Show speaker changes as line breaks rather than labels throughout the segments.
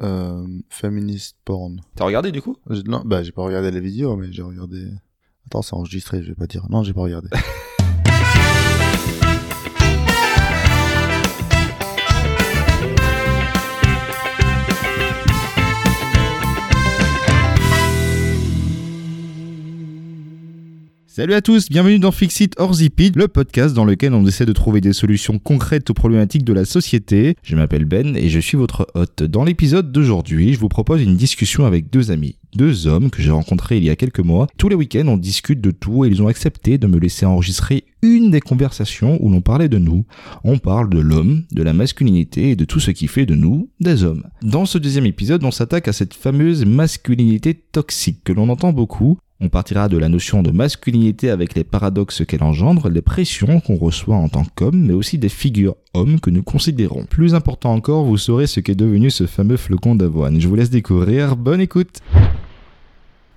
euh, Feminist porn.
T'as regardé du coup
J'ai- Non, bah j'ai pas regardé la vidéo, mais j'ai regardé. Attends, c'est enregistré, je vais pas dire. Non, j'ai pas regardé.
Salut à tous, bienvenue dans Fixit or Zip It, le podcast dans lequel on essaie de trouver des solutions concrètes aux problématiques de la société. Je m'appelle Ben et je suis votre hôte. Dans l'épisode d'aujourd'hui, je vous propose une discussion avec deux amis. Deux hommes que j'ai rencontrés il y a quelques mois. Tous les week-ends, on discute de tout et ils ont accepté de me laisser enregistrer une des conversations où l'on parlait de nous. On parle de l'homme, de la masculinité et de tout ce qui fait de nous des hommes. Dans ce deuxième épisode, on s'attaque à cette fameuse masculinité toxique que l'on entend beaucoup. On partira de la notion de masculinité avec les paradoxes qu'elle engendre, les pressions qu'on reçoit en tant qu'homme, mais aussi des figures hommes que nous considérons. Plus important encore, vous saurez ce qu'est devenu ce fameux flocon d'avoine. Je vous laisse découvrir, bonne écoute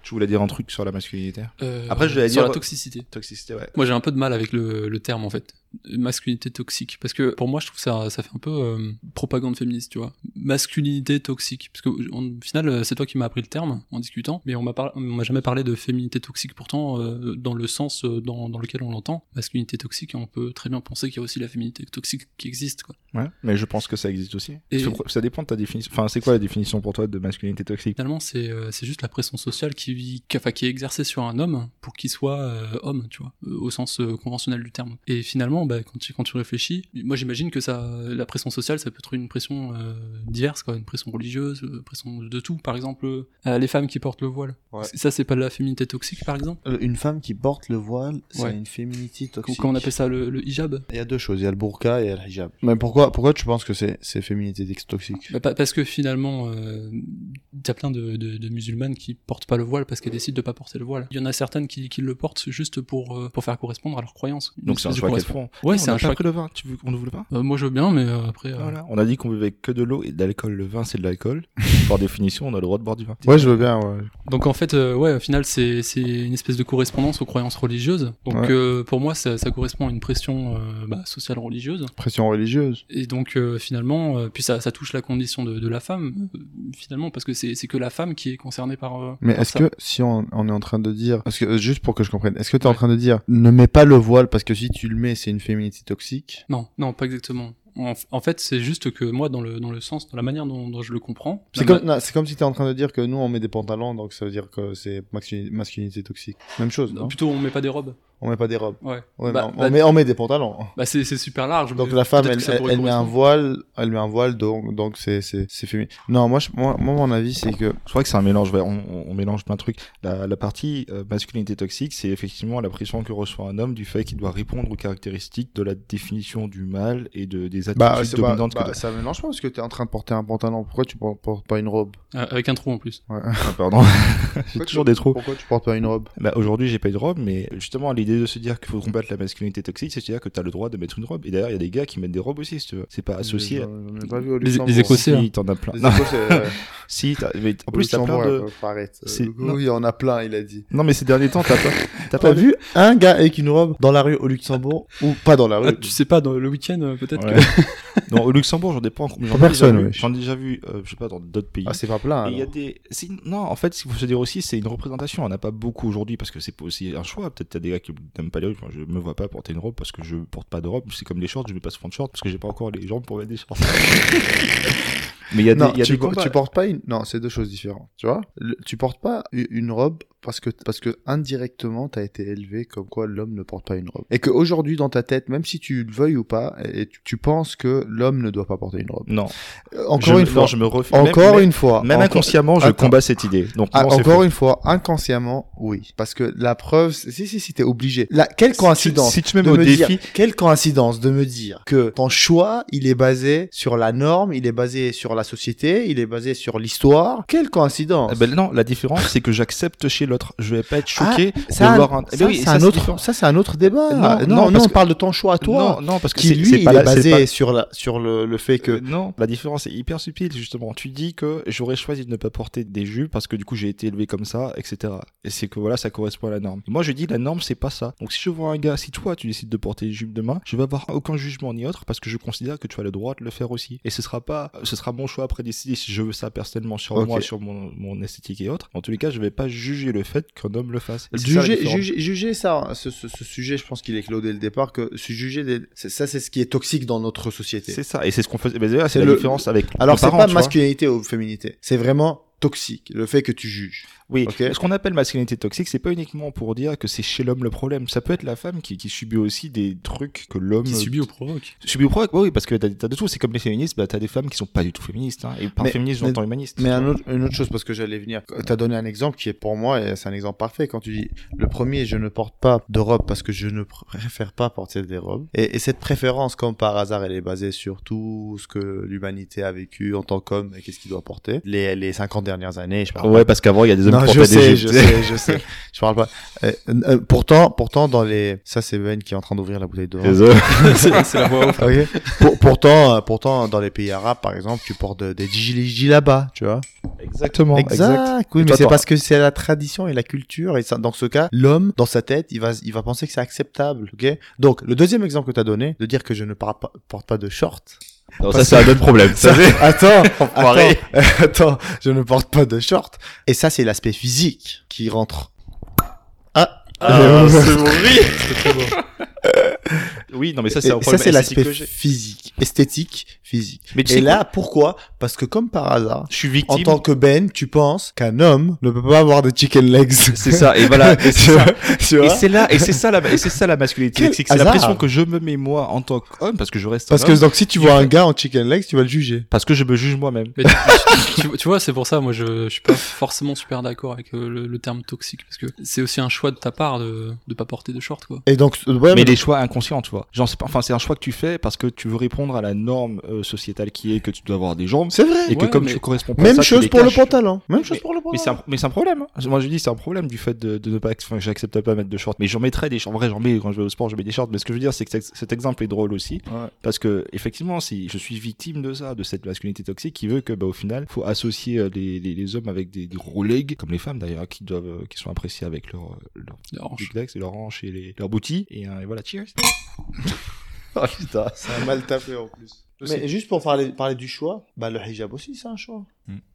Tu voulais dire un truc sur la masculinité
Euh,
Après, je vais
sur
dire-
la toxicité.
Toxicité, ouais.
Moi, j'ai un peu de mal avec le, le terme en fait, masculinité toxique, parce que pour moi, je trouve ça, ça fait un peu euh, propagande féministe, tu vois. Masculinité toxique, parce que en- au final, euh, c'est toi qui m'as appris le terme en discutant, mais on m'a par- on m'a jamais parlé de féminité toxique. Pourtant, euh, dans le sens euh, dans, dans lequel on l'entend, masculinité toxique, on peut très bien penser qu'il y a aussi la féminité toxique qui existe, quoi.
Ouais, mais je pense que ça existe aussi.
Et-
Ça- Ça dépend de ta définition. Enfin, c'est quoi la définition pour toi de masculinité toxique
Finalement, c'est euh, c'est juste la pression sociale qui, vit- qui, enfin, qui est exercée sur un homme pour qu'il soit euh, homme, tu vois, euh, au sens euh, conventionnel du terme. Et finalement, bah, quand, tu, quand tu réfléchis, moi j'imagine que ça, la pression sociale, ça peut être une pression euh, diverse, quoi, une pression religieuse, une pression de tout. Par exemple, euh, les femmes qui portent le voile.
Ouais.
C'est- Ça, c'est pas de la féminité toxique, par exemple
Euh, Une femme qui porte le voile, c'est
Ouais.
une féminité
Comment
toxique.
comment on appelle ça le, le hijab
Il y a deux choses, il y a le burqa et il y a le hijab. Mais pourquoi, pourquoi tu penses que c'est c'est féminité toxique
Bah, pa- Parce que finalement, euh, t'as plein de, de, de musulmanes qui portent pas le voile parce qu'elles décident de pas porter le voile. Il y en a certaines qui, qui le portent juste pour, euh, pour faire correspondre à leurs croyances. Une
Donc c'est un
espèce de
choix qu'elles
correspond-
font.
Ouais,
On
c'est
a
un
pas
choix.
pris le vin, tu veux qu'on ne voulait pas
Euh, moi je veux bien, mais euh, après. euh,
Voilà. On a dit qu'on buvait que de l'eau et d'alcool. Le vin, c'est de l'alcool. Par définition, on a le droit de boire du vin.
Ouais, je veux bien, ouais.
Donc en fait, euh, ouais, au final, c'est c'est une espèce de correspondance aux croyances religieuses. Donc
Ouais.
euh, pour moi, ça, ça correspond à une pression euh, bah, sociale religieuse.
Pression religieuse.
Et donc euh, finalement, euh, puis ça, ça touche la condition de, de la femme, euh, finalement, parce que c'est c'est que la femme qui est concernée par. euh,
Mais
par
est-ce
ça.
que si on, on est en train de dire, parce que euh, juste pour que je comprenne, est-ce que tu es en train de dire ne mets pas le voile parce que si tu le mets c'est une féminité toxique
Non, non, pas exactement. En, en fait, c'est juste que moi, dans le, dans le sens, dans la manière dont, dont je le comprends, bah,
C'est
la ma-
comme, non, c'est comme si tu es en train de dire que nous on met des pantalons donc ça veut dire que c'est maxi- masculinité toxique. Même chose, non
plutôt on met pas des robes.
On met pas des robes.
Ouais.
Ouais,
Bah,
mais on,
bah,
on met, on met des pantalons.
bah, c'est c'est super large.
Donc
mais
la femme,
peut-être
elle,
que ça
elle-
pourrait
elle met un
correspondre.
voile, elle met un voile, donc donc c'est c'est c'est féminin. Non, moi, je, moi, moi, mon avis c'est que
Je crois que c'est un mélange. ouais, on, on- on mélange plein de trucs. La, la partie euh, masculinité toxique, c'est effectivement la pression que reçoit un homme du fait qu'il doit répondre aux caractéristiques de la définition du mal et de, des attitudes
bah, c'est pas-
dominantes. que
bah, ça mélange pas parce que t'es en train de porter un pantalon. Pourquoi tu por- portes pas une robe
Euh, avec un trou en plus.
Ouais.
Ah, pardon. J'ai
Pourquoi
toujours
tu-
des trous.
Pourquoi tu portes pas une robe
Bah, aujourd'hui, j'ai pas eu de robe, mais justement, l'idée de se dire qu'il faut combattre la masculinité toxique, c'est-à-dire que t'as le droit de mettre une robe. Et d'ailleurs, il y a des gars qui mettent des robes aussi, si tu veux. C'est pas associé. à-
J'en ai pas vu au
Les- les
Luxembourg.
Les Écossais, hein.
Si, t'en as plein.
Les
Non,
Écossais, ouais.
si, t'as- mais en
Au
plus, t'as plein
Luxembourg,
de.
euh, arrête. Euh,
C'est- non.
Oui, il y en a plein, il a dit.
Non, mais ces derniers temps, t'as pas, t'as
T'as
pas vu.
vu un gars avec une robe dans la rue au Luxembourg ou pas dans la rue
Ah, tu sais pas, dans le week-end, euh, peut-être
Ouais.
que.
non, au Luxembourg, j'en ai pas encore. mais J'en ai
Personne,
déjà vu-
wesh.
J'en ai déjà vu, euh, je sais pas, dans d'autres pays.
Ah, c'est pas plein.
Et il y a
alors.
des. c'est- Non, en fait, ce qu'il faut se dire aussi, c'est une représentation. On n'a pas beaucoup aujourd'hui parce que c'est aussi un choix. Peut-être t'as des gars qui n'aiment pas les robes. Moi, je me vois pas porter une robe parce que je porte pas de robe. C'est comme les shorts, je mets pas souvent de shorts parce que j'ai pas encore les jambes pour mettre des shorts. Mais il y a des,
Non,
il y a
tu,
des
po-
combats.
tu portes pas une. Non, c'est deux choses différentes. Tu vois, Le- tu portes pas u- une robe parce que parce que indirectement t'as été élevé comme quoi l'homme ne porte pas une robe et que aujourd'hui dans ta tête, même si tu le veuilles ou pas, et tu, tu penses que l'homme ne doit pas porter une robe.
Non,
Euh, Encore
Je-
une
non,
fois.
je me refuse.
Encore
même,
une fois.
Même
Ah, encore-
inconsciemment, je
Attends.
combats cette idée. Donc,
Ah,
non, c'est
encore
faux.
une fois, inconsciemment, oui. Parce que la preuve, c'est- si, si, si, t'es obligé. Là, quelle coïncidence
Si tu mets
de
au
me
défi,
dire- quelle coïncidence de me dire que ton choix, il est basé sur la norme, il est basé sur la société, il est basé sur l'histoire. Quelle coïncidence
eh ben, Ah ben non, la différence, c'est que j'accepte chez l'autre. Je vais pas être choqué
Ah, ça,
de voir un. Eh
ça,
ben oui,
c'est
ça,
un
c'est
autre,
différent. Euh,
ça, c'est un autre débat. Non,
Non,
non,
non, parce
on
que-
parle de ton choix à toi.
non, non, parce que
qui
c'est
lui,
c'est pas
il
la-
est
c'est
basé
pas-
sur, la, sur le, le fait que.
Euh, non, la différence est hyper subtile justement. Tu dis que j'aurais choisi de ne pas porter des jupes parce que du coup j'ai été élevé comme ça, etc. Et c'est que voilà, ça correspond à la norme. Moi je dis la norme c'est pas ça. Donc si je vois un gars, si toi tu décides de porter des jupes demain, je vais avoir aucun jugement ni autre parce que je considère que tu as le droit de le faire aussi. Et ce sera pas, ce sera mon choix après de décider si je veux ça personnellement sur
Ok.
moi, sur mon, mon esthétique et autres. En tous les cas, je vais pas juger le fait qu'un homme le fasse. Et c'est ça, la
Juger,
différence.
juger, juger ça, hein, ce, ce- ce sujet, je pense qu'il est clos dès le départ, que se juger, des- c'est- ça c'est ce qui est toxique dans notre société.
C'est ça. Et c'est ce qu'on faisait. mais d'ailleurs, c'est
C'est
la
le-
différence avec.
Alors
les
c'est
parents,
pas
tu vois.
masculinité ou féminité, c'est vraiment toxique, le fait que tu juges.
Oui,
Ok.
ce qu'on appelle masculinité toxique, c'est pas uniquement pour dire que c'est chez l'homme le problème. Ça peut être la femme qui, qui subit aussi des trucs que l'homme
Qui subit ou provoque.
subit au provoque. Oui, parce que t'as, t'as de tout. C'est comme les féministes, bah, t'as des femmes qui sont pas du tout féministes. hein. Et par
Mais-
féministe,
mais-
j'entends humaniste.
Mais un autre- une autre chose, parce que j'allais venir, tu as donné un exemple qui est pour moi, et c'est un exemple parfait, quand tu dis, le premier, je ne porte pas de robe parce que je ne pr- préfère pas porter des robes. Et, et cette préférence, comme par hasard, elle est basée sur tout ce que l'humanité a vécu en tant qu'homme, et qu'est-ce qu'il doit porter. Les, les 50 dernières années, je parle
Ouais, parce qu'avant, il y a des hommes
non,
qui
je
portaient
sais,
des
je
jupes.
sais, je sais. Je parle pas. Euh, euh, pourtant, pourtant, dans les, ça c'est Ben qui est en train d'ouvrir la bouteille de vin.
Désolé.
c'est c'est la voix off.
Ok. Pour- pourtant, euh, pourtant, dans les pays arabes, par exemple, tu portes de- des gilets là-bas, tu vois.
Exactement.
Oui,
Et
mais
toi,
c'est
t'en-
parce que c'est la tradition et la culture. Et ça, dans ce cas, l'homme, dans sa tête, il va, il va penser que c'est acceptable. Ok. Donc, le deuxième exemple que t'as donné, de dire que je ne par- pas- porte pas de short.
Non, ça,
Parce
c'est un autre problème. Ça, c'est-
Attends, attends,
Enfoiré.
attends, je ne porte pas de short. Et ça, c'est l'aspect physique qui rentre. Ah.
Ah,
Euh,
c'est horrible. Oui, non, mais ça, c'est un
Et ça,
problème.
c'est
esthétique
l'aspect
que j'ai.
physique, esthétique, physique.
Mais tu
Et
sais
là, pourquoi Parce que comme par hasard,
quoi, je suis
en
victime.
tant que Ben, tu penses qu'un homme ne peut pas avoir de chicken legs.
C'est ça. Et voilà. Et
tu
c'est ça.
vois, tu
Et
vois
c'est là, et c'est ça la, et c'est ça la masculinité
Quel
toxique. C'est la
hasard.
pression que je me mets moi en tant qu'homme parce que je reste un
Parce que
homme,
donc si tu vois un gars en chicken legs, tu vas le juger.
parce que je me juge moi-même.
Mais tu, tu- tu vois, c'est pour ça, moi, je, je suis pas forcément super d'accord avec euh, le, le terme toxique, parce que c'est aussi un choix de ta part de, de pas porter de short, quoi.
Et donc euh, ouais,
mais
mais
des choix inconscients, tu vois. Genre, c'est pas, enfin, c'est un choix que tu fais parce que tu veux répondre à la norme euh, sociétale qui est que tu dois avoir des jambes
c'est vrai.
et que
Ouais,
comme
mais-
tu corresponds pas à
Même
ça, tu
chose
les
pour le
caches.
pantalon. Même
Mais-
chose pour le pantalon.
Mais c'est un, mais c'est un problème. hein. Moi, je dis, c'est un problème du fait de, de ne pas, enfin, j'accepte pas de mettre de shorts. Mais j'en mettrais des shorts. En vrai, j'en mets quand je vais au sport, je mets des shorts. Mais ce que je veux dire, c'est que cet- cet exemple est drôle aussi.
Ouais.
Parce que, effectivement, si je suis victime de ça, de cette masculinité toxique qui veut que, bah, au final, faut associer euh, les, les, les hommes avec des gros legs, comme les femmes d'ailleurs, qui doivent, euh, qui sont appréciées avec leur, euh, leur
La hanche.
big legs et leur hanche et les, leur boutis. Et, euh, et voilà, cheers. oh putain.
C'est un mal tapé en plus.
Je
Mais juste pour parler, parler du choix, bah le hijab aussi c'est un choix.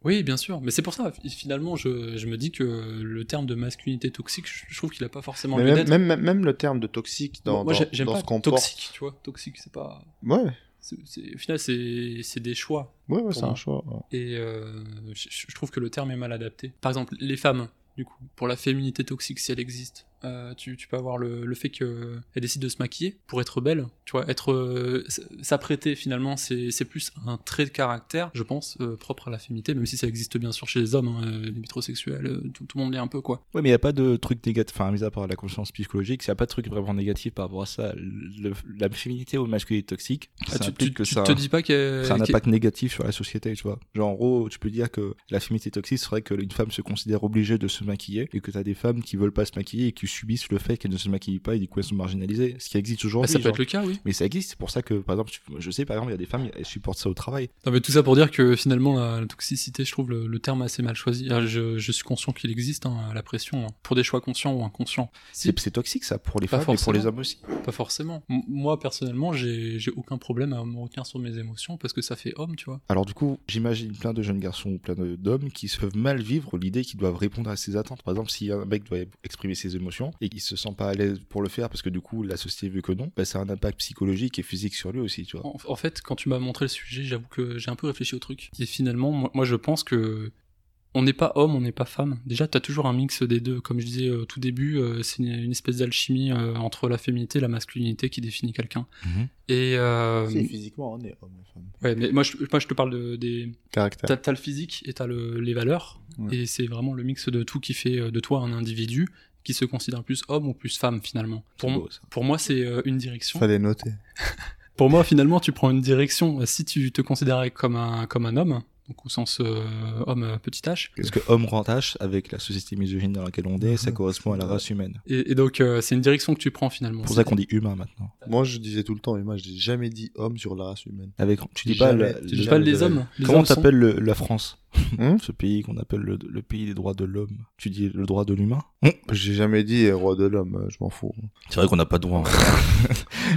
Oui, bien sûr. Mais c'est pour ça, fi- finalement, je, je me dis que le terme de masculinité toxique, je, je trouve qu'il a pas forcément
Mais
lieu
même,
d'être.
même, même, même le terme de toxique dans,
moi,
dans,
j'ai- j'aime
dans
pas
ce qu'on porte.
toxique, tu vois. Toxique, c'est pas.
Ouais,
c'est- c'est- au final, c'est c'est des choix.
ouais, ouais c'est
moi.
un choix. ouais.
Et euh, je, je trouve que le terme est mal adapté. Par exemple, les femmes, du coup, pour la féminité toxique, si elle existe, euh, tu, tu peux avoir le, le fait qu'elle décide de se maquiller pour être belle. Tu vois, être euh, s- s'apprêter finalement, c'est c'est plus un trait de caractère, je pense, euh, propre à la féminité, même si ça existe bien sûr chez les hommes, hein, euh, les hétérosexuels, euh, tout, tout le monde l'est un peu, quoi.
Ouais, mais il n'y a pas de truc négatif, enfin, mis à part la conscience psychologique, il n'y a pas de truc vraiment négatif par rapport à ça. Le- la féminité ou le masculinité toxique,
Ah,
ça
tu
implique
tu-
que
tu
ça,
te dis pas que
ça a un impact négatif sur la société, tu vois. Genre, en gros, tu peux dire que la féminité toxique serait que une femme se considère obligée de se maquiller et que tu as des femmes qui veulent pas se maquiller et qui subissent le fait qu'elles ne se maquillent pas et du coup elles sont marginalisées. Ce qui existe
Bah,
aujourd'hui.
ça peut
genre.
être le cas, oui.
Mais ça existe, c'est pour ça que, par exemple, tu- je sais, par exemple, il y a des femmes, elles supportent ça au travail.
Non, mais tout ça pour dire que finalement, la, la toxicité, je trouve le, le terme assez mal choisi. Ah, Je, je suis conscient qu'il existe, hein, la pression, hein, pour des choix conscients ou inconscients.
C'est c'est toxique, ça, pour les
Pas
femmes et pour
forcément.
les hommes aussi.
Pas forcément. M- moi, personnellement, j'ai j'ai aucun problème à me retenir sur mes émotions parce que ça fait homme, tu vois.
Alors du coup, j'imagine plein de jeunes garçons ou plein de- d'hommes qui se peuvent mal vivre l'idée qu'ils doivent répondre à ses attentes. Par exemple, si un mec doit exprimer ses émotions et qu'il se sent pas à l'aise pour le faire parce que du coup la société veut que non, bah, ça a un impact psychologique et physique sur lui aussi, tu vois.
En, en fait, quand tu m'as montré le sujet, j'avoue que j'ai un peu réfléchi au truc. Et finalement, moi, moi, je pense que on n'est pas homme, on n'est pas femme. Déjà, t'as toujours un mix des deux. Comme je disais euh, au tout début, euh, c'est une, une espèce d'alchimie euh, entre la féminité et la masculinité qui définit quelqu'un.
Mhm.
Et euh,
Si, physiquement on est homme et femme.
ouais, mais moi, je, moi, je te parle de- des,
Caractère.
T'as, t'as le physique et t'as le- les valeurs,
Ouais.
et c'est vraiment le mix de tout qui fait euh, de toi un individu qui se considère plus homme ou plus femme finalement. Pour,
C'est
m-
beau, ça.
pour moi, c'est euh, une direction.
Fallait noter.
euh, Pour moi, finalement, tu prends une direction. Si tu te considérais comme un, comme un homme, donc au sens euh, homme euh, petit h.
Parce que homme grand H, avec la société misogyne dans laquelle on est, ça correspond à la race humaine.
Et, et donc euh, c'est une direction que tu prends finalement.
C'est pour ça qu'on dit humain maintenant.
Moi, je disais tout le temps, et moi, je n'ai jamais dit homme sur la race humaine.
Avec, tu dis
Jamais.
pas le-
Tu
le-
dis pas
jamais
les
de-
hommes. Les
Comment
hommes sont-
t'appelles le- la France
Hmm
Ce pays qu'on appelle le, le pays des droits de l'homme. Tu dis le droit de l'humain Hmm
J'ai jamais dit euh, roi de l'homme, euh, je m'en fous.
C'est vrai qu'on n'a pas de droit.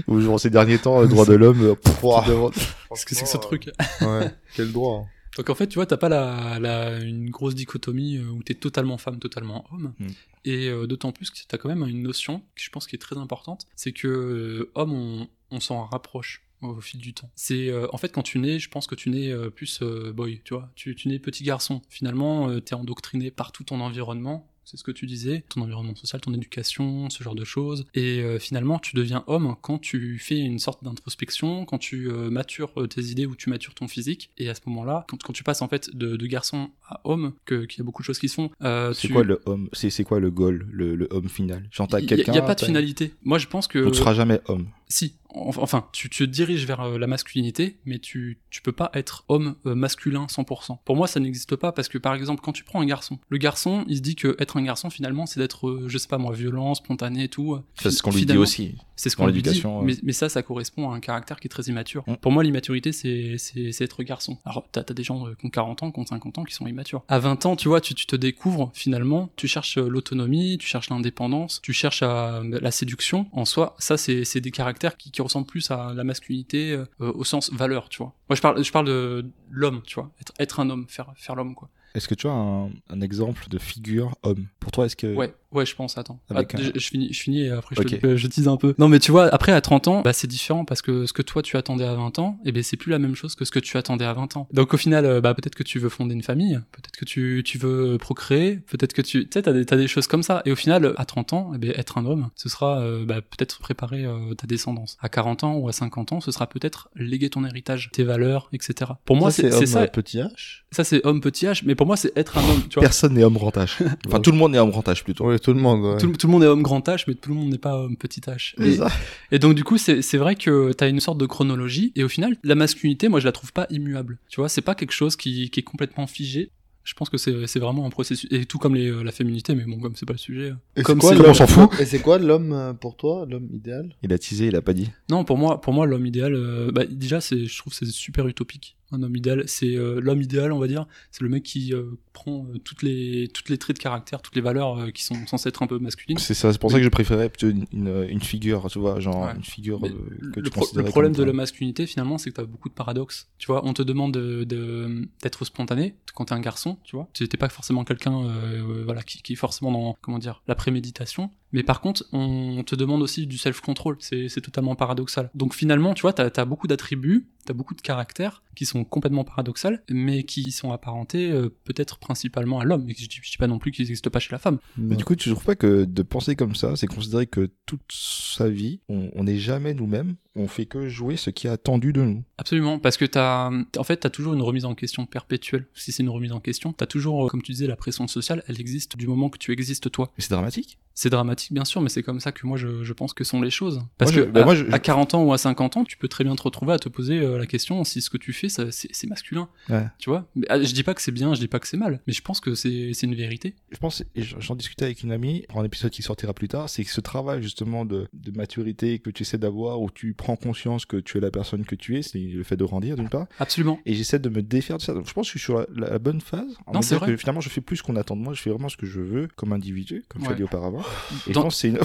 Ou genre ces derniers temps, euh, droit de l'homme. euh, pff, tu devrais-
Qu'est-ce que c'est que ce truc
euh.
euh, Ouais, quel droit. hein.
Donc en fait, tu vois, t'as pas la, la- une grosse dichotomie euh, où t'es totalement femme, totalement homme.
Mm.
Et euh, d'autant plus que t'as quand même une notion que je pense qui est très importante, c'est que euh, homme, on, on s'en rapproche au fil du temps. C'est euh, en fait quand tu nais, je pense que tu nais euh, plus euh, boy, tu vois. Tu, tu nais petit garçon. Finalement, euh, t'es endoctriné par tout ton environnement. C'est ce que tu disais, ton environnement social, ton éducation, ce genre de choses. Et euh, finalement, tu deviens homme quand tu fais une sorte d'introspection, quand tu euh, matures euh, tes idées ou tu matures ton physique. Et à ce moment-là, quand, quand tu passes en fait de, de garçon à homme, que- qu'il y a beaucoup de choses qui se font. euh,
C'est
tu-
quoi le homme C'est c'est quoi le goal Le, le homme final Genre t'as
il y a-
quelqu'un.
Il n'y a pas de
t'as-
finalité. Moi, je pense que.
Donc tu seras jamais homme.
Si, enf- enfin, tu tu te diriges vers euh, la masculinité, mais tu, tu peux pas être homme euh, masculin 100%. Pour moi, ça n'existe pas parce que, par exemple, quand tu prends un garçon, le garçon, il se dit que être un garçon, finalement, c'est d'être, euh, je sais pas moi, violent, spontané et tout.
C'est ce qu'on lui dit
Finalement,
aussi.
C'est ce
dans
qu'on lui dit,
l'éducation, euh.
mais, mais ça, ça correspond à un caractère qui est très immature.
Mm.
Pour moi, l'immaturité, c'est c'est- c'est être garçon. Alors, t'as as des gens euh, qui ont 40 ans, qui ont 50 ans, qui sont immatures. À 20 ans, tu vois, tu, tu te découvres, finalement, tu cherches euh, l'autonomie, tu cherches l'indépendance, tu cherches à, euh, la séduction. En soi, ça, c'est c'est des caractères qui, qui ressemblent plus à la masculinité euh, au sens valeur, tu vois. Moi, je parle, je parle de l'homme, tu vois. Être, être un homme, faire, faire l'homme, quoi.
Est-ce que tu as un, un exemple de figure homme Pour toi, est-ce que.
Ouais, ouais, je pense, attends.
euh, Avec
Ah,
un-
je, je finis, je finis et après je,
Ok.
te, je tease un peu. Non, mais tu vois, après à 30 ans, bah, c'est différent parce que ce que toi tu attendais à 20 ans, eh ben, c'est plus la même chose que ce que tu attendais à 20 ans. Donc au final, euh, bah, peut-être que tu veux fonder une famille, peut-être que tu, tu veux euh, procréer, peut-être que tu. Tu sais, t'as des, t'as des choses comme ça. Et au final, à 30 ans, eh ben, être un homme, ce sera euh, bah, peut-être préparer euh, ta descendance. À 40 ans ou à 50 ans, ce sera peut-être léguer ton héritage, tes valeurs, etc. Pour moi,
Ça,
c'est c'est
homme,
ça.
euh, petit H.
Ça, c'est homme petit H, mais pour moi, c'est être un homme, tu vois.
Personne n'est homme grand H. Enfin, tout le monde est homme grand H plutôt.
Ouais, tout le monde. ouais.
Tout, le- tout le monde est homme grand H, mais tout le monde n'est pas homme petit H.
C'est
Et,
ça.
et donc, du coup, c'est c'est vrai que t'as une sorte de chronologie. Et au final, la masculinité, moi, je la trouve pas immuable. Tu vois, c'est pas quelque chose qui, qui est complètement figé. Je pense que c'est c'est vraiment un processus. Et tout comme les, euh, la féminité, mais bon, comme c'est pas le sujet. euh.
Et c'est
Comme
quoi
c'est-
l'homme-
on s'en fout.
Et c'est quoi l'homme euh, pour toi, l'homme idéal
Il a teasé, il a pas dit.
Non, pour moi, pour moi l'homme idéal, euh, bah, déjà, c'est je trouve que c'est super utopique. Un homme idéal, c'est euh, l'homme idéal, on va dire. C'est le mec qui euh, prend euh, toutes les, toutes les traits de caractère, toutes les valeurs euh, qui sont censées être un peu masculines.
C'est ça, c'est pour ça que je préférais plutôt une, une- une figure, tu vois, genre
Ouais.
une figure
Mais
euh, que
le,
tu
pro- le
considérais
problème
comme
de
toi.
la masculinité finalement c'est que t'as beaucoup de paradoxes tu vois on te demande de- de- d'être spontané quand t'es un garçon tu vois t'es t'es pas forcément quelqu'un euh, voilà qui, qui est forcément dans comment dire la préméditation mais par contre on te demande aussi du self control c'est c'est totalement paradoxal donc finalement tu vois t'as as beaucoup d'attributs t'as beaucoup de caractères qui sont complètement paradoxales mais qui sont apparentés euh, peut-être principalement à l'homme et je dis, je dis pas non plus qu'ils n'existent pas chez la femme
Mais du coup, tu trouves pas que de penser comme ça, c'est considérer que toute sa vie, on on n'est jamais nous-mêmes, on fait que jouer ce qui est attendu de nous.
Absolument, parce que t'as, en fait, t'as toujours une remise en question perpétuelle. Si c'est une remise en question, t'as toujours, euh, comme tu disais, la pression sociale. Elle existe du moment que tu existes toi.
Mais c'est dramatique.
C'est dramatique, bien sûr, mais c'est comme ça que moi je, je pense que sont les choses. Parce
Moi, je-
que
bah,
à,
moi, je-
à 40 ans ou à 50 ans, tu peux très bien te retrouver à te poser euh, la question si ce que tu fais, ça, c'est, c'est masculin.
Ouais.
Tu vois mais, ah, Je dis pas que c'est bien, je dis pas que c'est mal, mais je pense que c'est, c'est une vérité.
Je pense, et j'en j'en discutais avec une amie pour un épisode qui sortira plus tard, c'est que ce travail justement de, de maturité que tu essaies d'avoir, où tu prends conscience que tu es la personne que tu es, c'est le fait de grandir d'une part,
Absolument.
et j'essaie de me défaire de ça. Donc, je pense que je suis sur la, la- la bonne phase. en
Non,
me
c'est
dire
vrai.
Que finalement, je fais plus qu'on attend de moi. Je fais vraiment ce que je veux comme individu, comme tu as
Ouais.
dit auparavant. Et
Dans-
je pense que c'est une.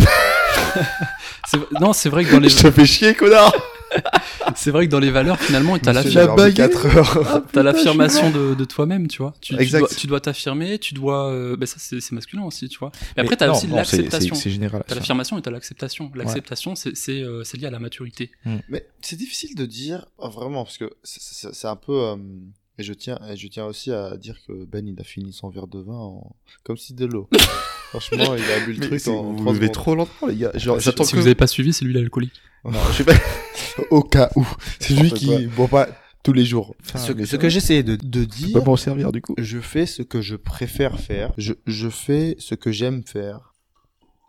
C'est- non, c'est vrai que dans les,
te fais chier, connard
c'est vrai que dans les valeurs, finalement, t'as la
Monsieur
la
Jarvis,
baguette.
quatre heures.
T'as l'affirmation de, de toi-même, tu vois. Tu, tu
Exact.
dois- tu dois t'affirmer, tu dois. euh, ben ça, c'est c'est masculin aussi, tu vois. Mais après,
Mais
t'as
non,
aussi
non, c'est-
l'acceptation.
C'est c'est général.
T'as
ça.
l'affirmation et t'as l'acceptation. L'acceptation, c'est- c'est euh, c'est lié à la maturité.
Mais c'est difficile de dire ah, vraiment parce que c'est- c'est c'est un peu euh, et je tiens et je tiens aussi à dire que Ben il a fini son verre de vin en... comme si de l'eau. Franchement, il a bu le
Mais
truc
c'est-
en
vous
trois
buvez
secondes.
trop lentement, les gars. Genre,
Si-
j'attends
si
que
vous avez pas suivi, c'est lui l'alcoolique.
Non, je sais pas.
au cas où. C'est lui
Enfin,
qui boit pas tous les jours. ce,
mais
ce
ça
que
va.
j'essayais de, de
Je
dire,
peux pas m'en servir du coup.
je fais ce que je préfère faire. Je, je fais ce que j'aime faire.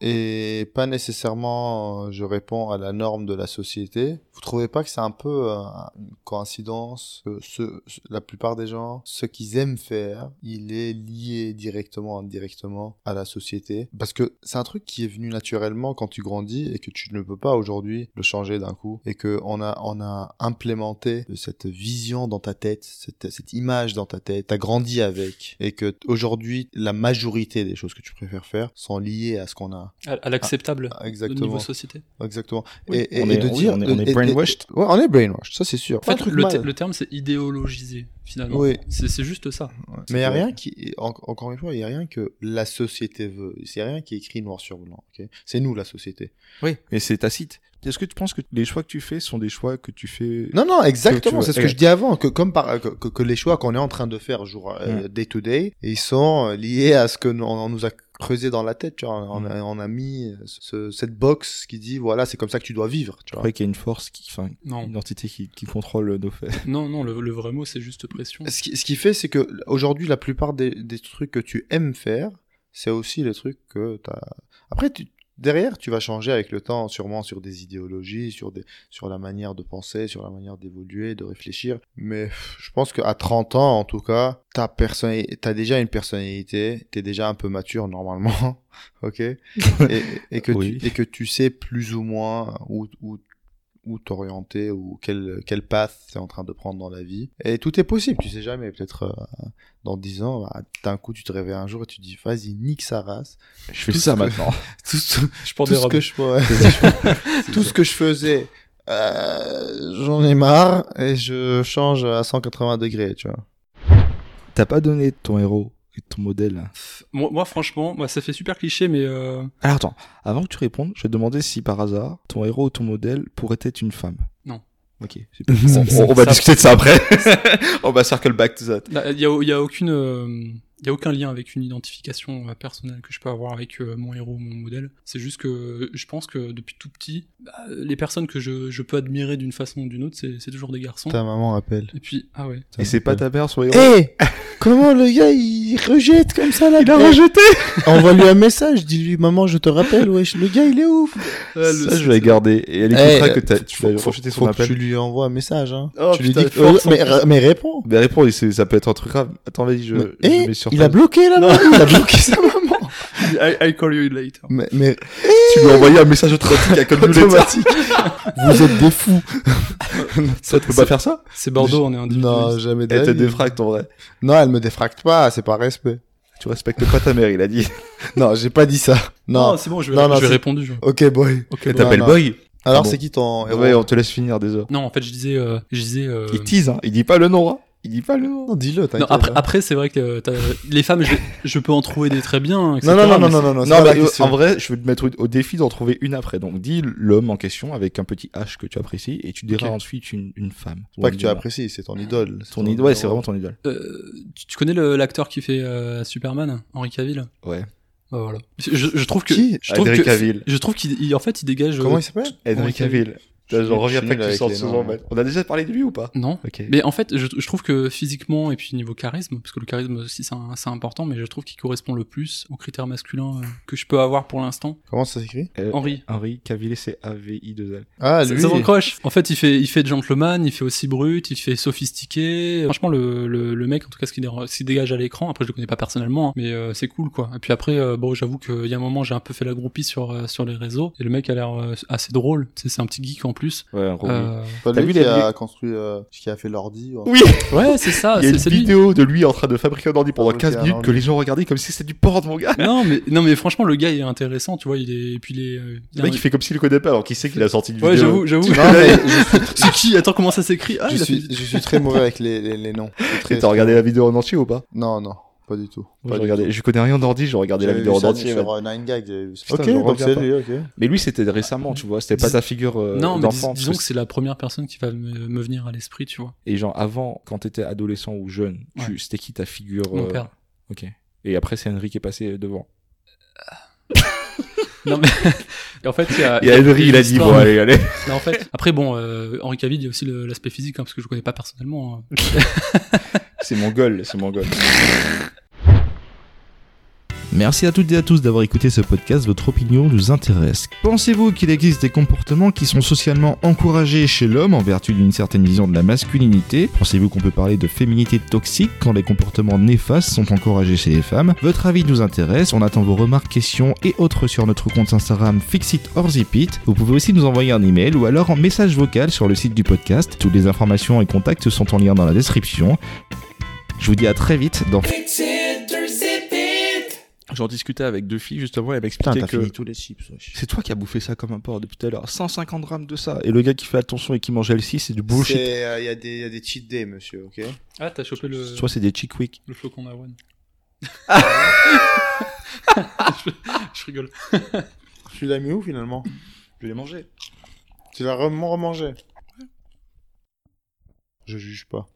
et pas nécessairement euh, je réponds à la norme de la société, vous trouvez pas que c'est un peu euh, une coïncidence que ce, ce- la plupart des gens, ce qu'ils aiment faire, il est lié directement, indirectement à la société Parce que c'est un truc qui est venu naturellement quand tu grandis et que tu ne peux pas aujourd'hui le changer d'un coup et que on a, on a implémenté cette vision dans ta tête, cette, cette image dans ta tête, t'as grandi avec et que t- aujourd'hui la majorité des choses que tu préfères faire sont liées à ce qu'on a
À, à l'acceptable
Ah,
au niveau
exactement
société.
exactement
Oui.
et, et-
On
et
est-
de
oui,
dire
on est- on est
et- et-
brainwashed.
ouais on est brainwashed ça c'est sûr
En fait,
Pas un truc
le,
mal.
te- le terme, c'est idéologisé, finalement.
Oui.
C'est c'est juste ça.
Mais il n'y a rien qui, en- encore une fois, il n'y a rien que la société veut. C'est rien qui est écrit noir sur blanc. ok c'est nous la société.
Oui, mais c'est tacite. Est-ce que tu penses que les choix que tu fais sont des choix que tu fais
Non, non, exactement.
veux.
C'est ce que
Ouais.
je dis avant. Que comme par, que, que- que les choix qu'on est en train de faire jour
Mm.
euh, day to day, ils sont euh, liés à ce que nous- on nous a creusé dans la tête. Tu vois,
Mm.
on, a, on a mis ce- cette box qui dit voilà, c'est comme ça que tu dois vivre. Tu
Je
vois.
crois qu'il y a une force qui, enfin,
Non,
une entité qui, qui contrôle nos faits.
non, non, le, le vrai mot, c'est juste pression.
Ce qui, ce qui fait, c'est que aujourd'hui, la plupart des, des trucs que tu aimes faire, c'est aussi les trucs que t'as. Après, tu, derrière, tu vas changer avec le temps, sûrement sur des idéologies, sur des, sur la manière de penser, sur la manière d'évoluer, de réfléchir. Mais pff, je pense qu'à 30 ans, en tout cas, t'as person... t'as déjà une personnalité, t'es déjà un peu mature normalement, ok, et, et que
Oui.
tu, et que tu sais plus ou moins où, où où t'orienter ou quel, quel path t'es en train de prendre dans la vie. Et tout est possible, tu sais jamais. Peut-être euh, dans 10 ans, bah, d'un coup, tu te réveilles un jour et tu te dis, vas-y, nique sa race.
Je fais
Tout
ça
ce que-
maintenant.
Tout ce,
Je porte
tout
des
ce
robes.
que je pourrais- tout ce que je faisais, euh, j'en ai marre et je change à 180 degrés, tu vois.
T'as pas donné ton héros et ton modèle.
Moi, moi, franchement, moi, ça fait super cliché, mais euh,
Alors attends, avant que tu répondes, je vais te demander si par hasard ton héros ou ton modèle pourrait être une femme.
Non.
Ok. super. on, on- on va
Ça-
discuter de ça après. on va circle back to that.
Là, Bah, Il y a, il y a aucune, euh, il y a aucun lien avec une identification euh, personnelle que je peux avoir avec euh, mon héros, ou mon modèle. C'est juste que je pense que depuis tout petit, bah, les personnes que je, je peux admirer d'une façon ou d'une autre, c'est c'est toujours des garçons.
Ta maman appelle.
Et puis, ah ouais.
Et c'est pas ta mère son héros.
Hé Eh, Comment le gars il rejette comme ça là
Il a rejeté.
Envoie-lui un message, dis-lui maman je te rappelle, wesh, le gars il est ouf Ah,
ça je vais garder et elle écoutera que t'as- tu vas
Eh, faut,
rejeter
faut
son
que
appel.
tu lui envoies un message. Hein.
Oh,
tu lui
putain,
dis que-
force,
mais, mais réponds.
Mais réponds, c'est- ça peut être un truc grave. Attends, vas-y, je,
Mais-
je
eh,
mets sur
il a
pause.
bloqué là maman. Il a bloqué sa maman.
I, I call you later.
Mais, mais
Tu lui as envoyé un message automatique à comme
automatique. Vous êtes des fous.
Ça, tu peux pas faire ça
C'est Bordeaux, on est individualiste.
Non, jamais de
Elle
la
te
vie.
défracte en vrai.
Non, elle me défracte pas, c'est pas respect.
Tu respectes pas ta mère, il a dit.
Non, j'ai pas dit ça. Non.
Non, Ah, c'est bon, je vais,
Non, non,
je vais
c'est-
répondu. je-
Ok boy.
Ok,
Elle
bon.
t'appelle
non.
Boy.
Alors
Ah bon.
c'est qui ton héros
Ouais, on te laisse finir, désolé.
Non, en fait, je disais, euh, je disais. euh,
Il tease, hein. Il dit pas le nom, hein. Il dit pas le nom.
Non, dis-le.
non,
t'inquiète,
après,
hein.
après c'est vrai que euh, t'as- les femmes, je, je peux en trouver des très bien. etc.,
Non, non, non,
mais
non, non, non, non. c'est
Non,
pas
mais
la
euh,
question.
en vrai, je vais te mettre au défi d'en trouver une après. Donc, dis l'homme en question avec un petit H que tu apprécies et tu diras
Ok.
ensuite une, une femme.
Pas que tu
Ton
apprécies, c'est ton idole.
Ton idole, ouais, c'est
héros.
vraiment ton idole.
Euh, tu, tu connais le- l'acteur qui fait euh, Superman, Henry Cavill
Ouais.
Bah voilà. Je, je trouve que
Qui
je trouve
Henry
que-
Cavill.
je trouve qu'il il- en fait il dégage. euh,
Comment il s'appelle
Henry
Henry
Cavill. Putain, J'en
Je
reviens
suis
pas
nul
que tu
avec
sortes
les
ce
noms,
genre,
moi.
mec. On a déjà parlé de lui ou pas
Non.
Ok.
Mais en fait, je, je trouve que physiquement et puis niveau charisme, parce que le charisme aussi c'est un- c'est important, mais je trouve qu'il correspond le plus aux critères masculins euh, que je peux avoir pour l'instant.
Comment ça s'écrit
Euh,
Henry.
Henry Cavill, c'est A-V-I-2-L.
Ah
Ça
lui.
ça s'encroche. En fait, il fait, il fait gentleman, il fait aussi brut, il fait sophistiqué. Franchement, le, le, le mec, en tout cas, ce qu'il dé- ce qu'il dégage à l'écran, après, je le connais pas personnellement, hein, mais euh, c'est cool, quoi. Et puis après, euh, bon, j'avoue qu'il y a un moment, j'ai un peu fait la groupie sur, euh, sur les réseaux, et le mec a l'air euh, assez drôle. Tu sais, C'est un petit geek en plus.
Ouais, en gros.
Euh,
Pas
T'as
lui
vu
qui
les-
a construit, euh, qui a fait l'ordi. ou un-
Oui,
Ouais, c'est ça,
il y a une
c'est c'est lui.
vidéo de lui en train de fabriquer un ordi pendant
Fabriquer
15
un
minutes
ordi.
que les gens regardaient comme si c'était du porn, mon gars.
Non mais non mais franchement le gars il est intéressant tu vois il est et puis il est euh, il
Le
a
mec,
un-
il fait comme s'il le connaît pas alors qu'il sait qu'il a sorti une
ouais
vidéo.
j'avoue j'avoue
Non, mais
c'est qui attends comment ça s'écrit ah
je,
il a
suis,
fait-
je suis très mauvais avec les, les, les noms. Je suis
Et
très-
t'as regardé la vidéo en entier ou pas
Non, non, pas du tout.
Moi,
Pas
je
du
regardais- je connais rien d'ordi, j'ai regardé la
J'avais
vidéo
vu
en
ça
entier.
sur
ouais.
euh, Nine Gag, j'avais vu ça.
Putain,
ok,
je
donc
regarde
c'est
pas.
lui, ok.
Mais lui, c'était récemment, tu vois, c'était pas
Dis-
ta figure euh,
non mais dis-
d'enfant.
disons
parce
que
que-
c'est la première personne qui va me, me venir à l'esprit tu vois
Et genre, avant, quand t'étais adolescent ou jeune, tu... c'était qui ta figure
mon
euh,
père
Ok. Et après, c'est Henry qui est passé devant.
non mais et en fait il y a,
Et Henry, il a dit,
l'histoire-
bon, allez, allez.
Non, en fait après bon euh, Henri Cavill il y a aussi le- l'aspect physique hein, parce que je le connais pas personnellement hein.
C'est mon goal, c'est mon goal.
Merci à toutes et à tous d'avoir écouté ce podcast, votre opinion nous intéresse. Pensez-vous qu'il existe des comportements qui sont socialement encouragés chez l'homme en vertu d'une certaine vision de la masculinité Pensez-vous qu'on peut parler de féminité toxique quand les comportements néfastes sont encouragés chez les femmes Votre avis nous intéresse, on attend vos remarques, questions et autres sur notre compte Instagram Fixit or Zip It. Vous pouvez aussi nous envoyer un email ou alors en message vocal sur le site du podcast. Toutes les informations et contacts sont en lien dans la description. Je vous dis à très vite dans
J'en discutais avec deux filles justement et elle
Putain,
m'expliquait
t'as
que
fini tous les chips, wesh.
c'est toi qui as bouffé ça comme un porc depuis tout à l'heure. 150 grammes de ça. Et le gars qui fait attention et qui mange L6, c'est du
euh, Il
bullshit.
y, a des- y a des cheat days, monsieur, ok
Ah, t'as chopé le,
Soit c'est des chick week.
le flocon d'avoine. je, je rigole.
Tu l'as mis où finalement
Je l'ai mangé.
Tu l'as rem- remangé Je juge pas.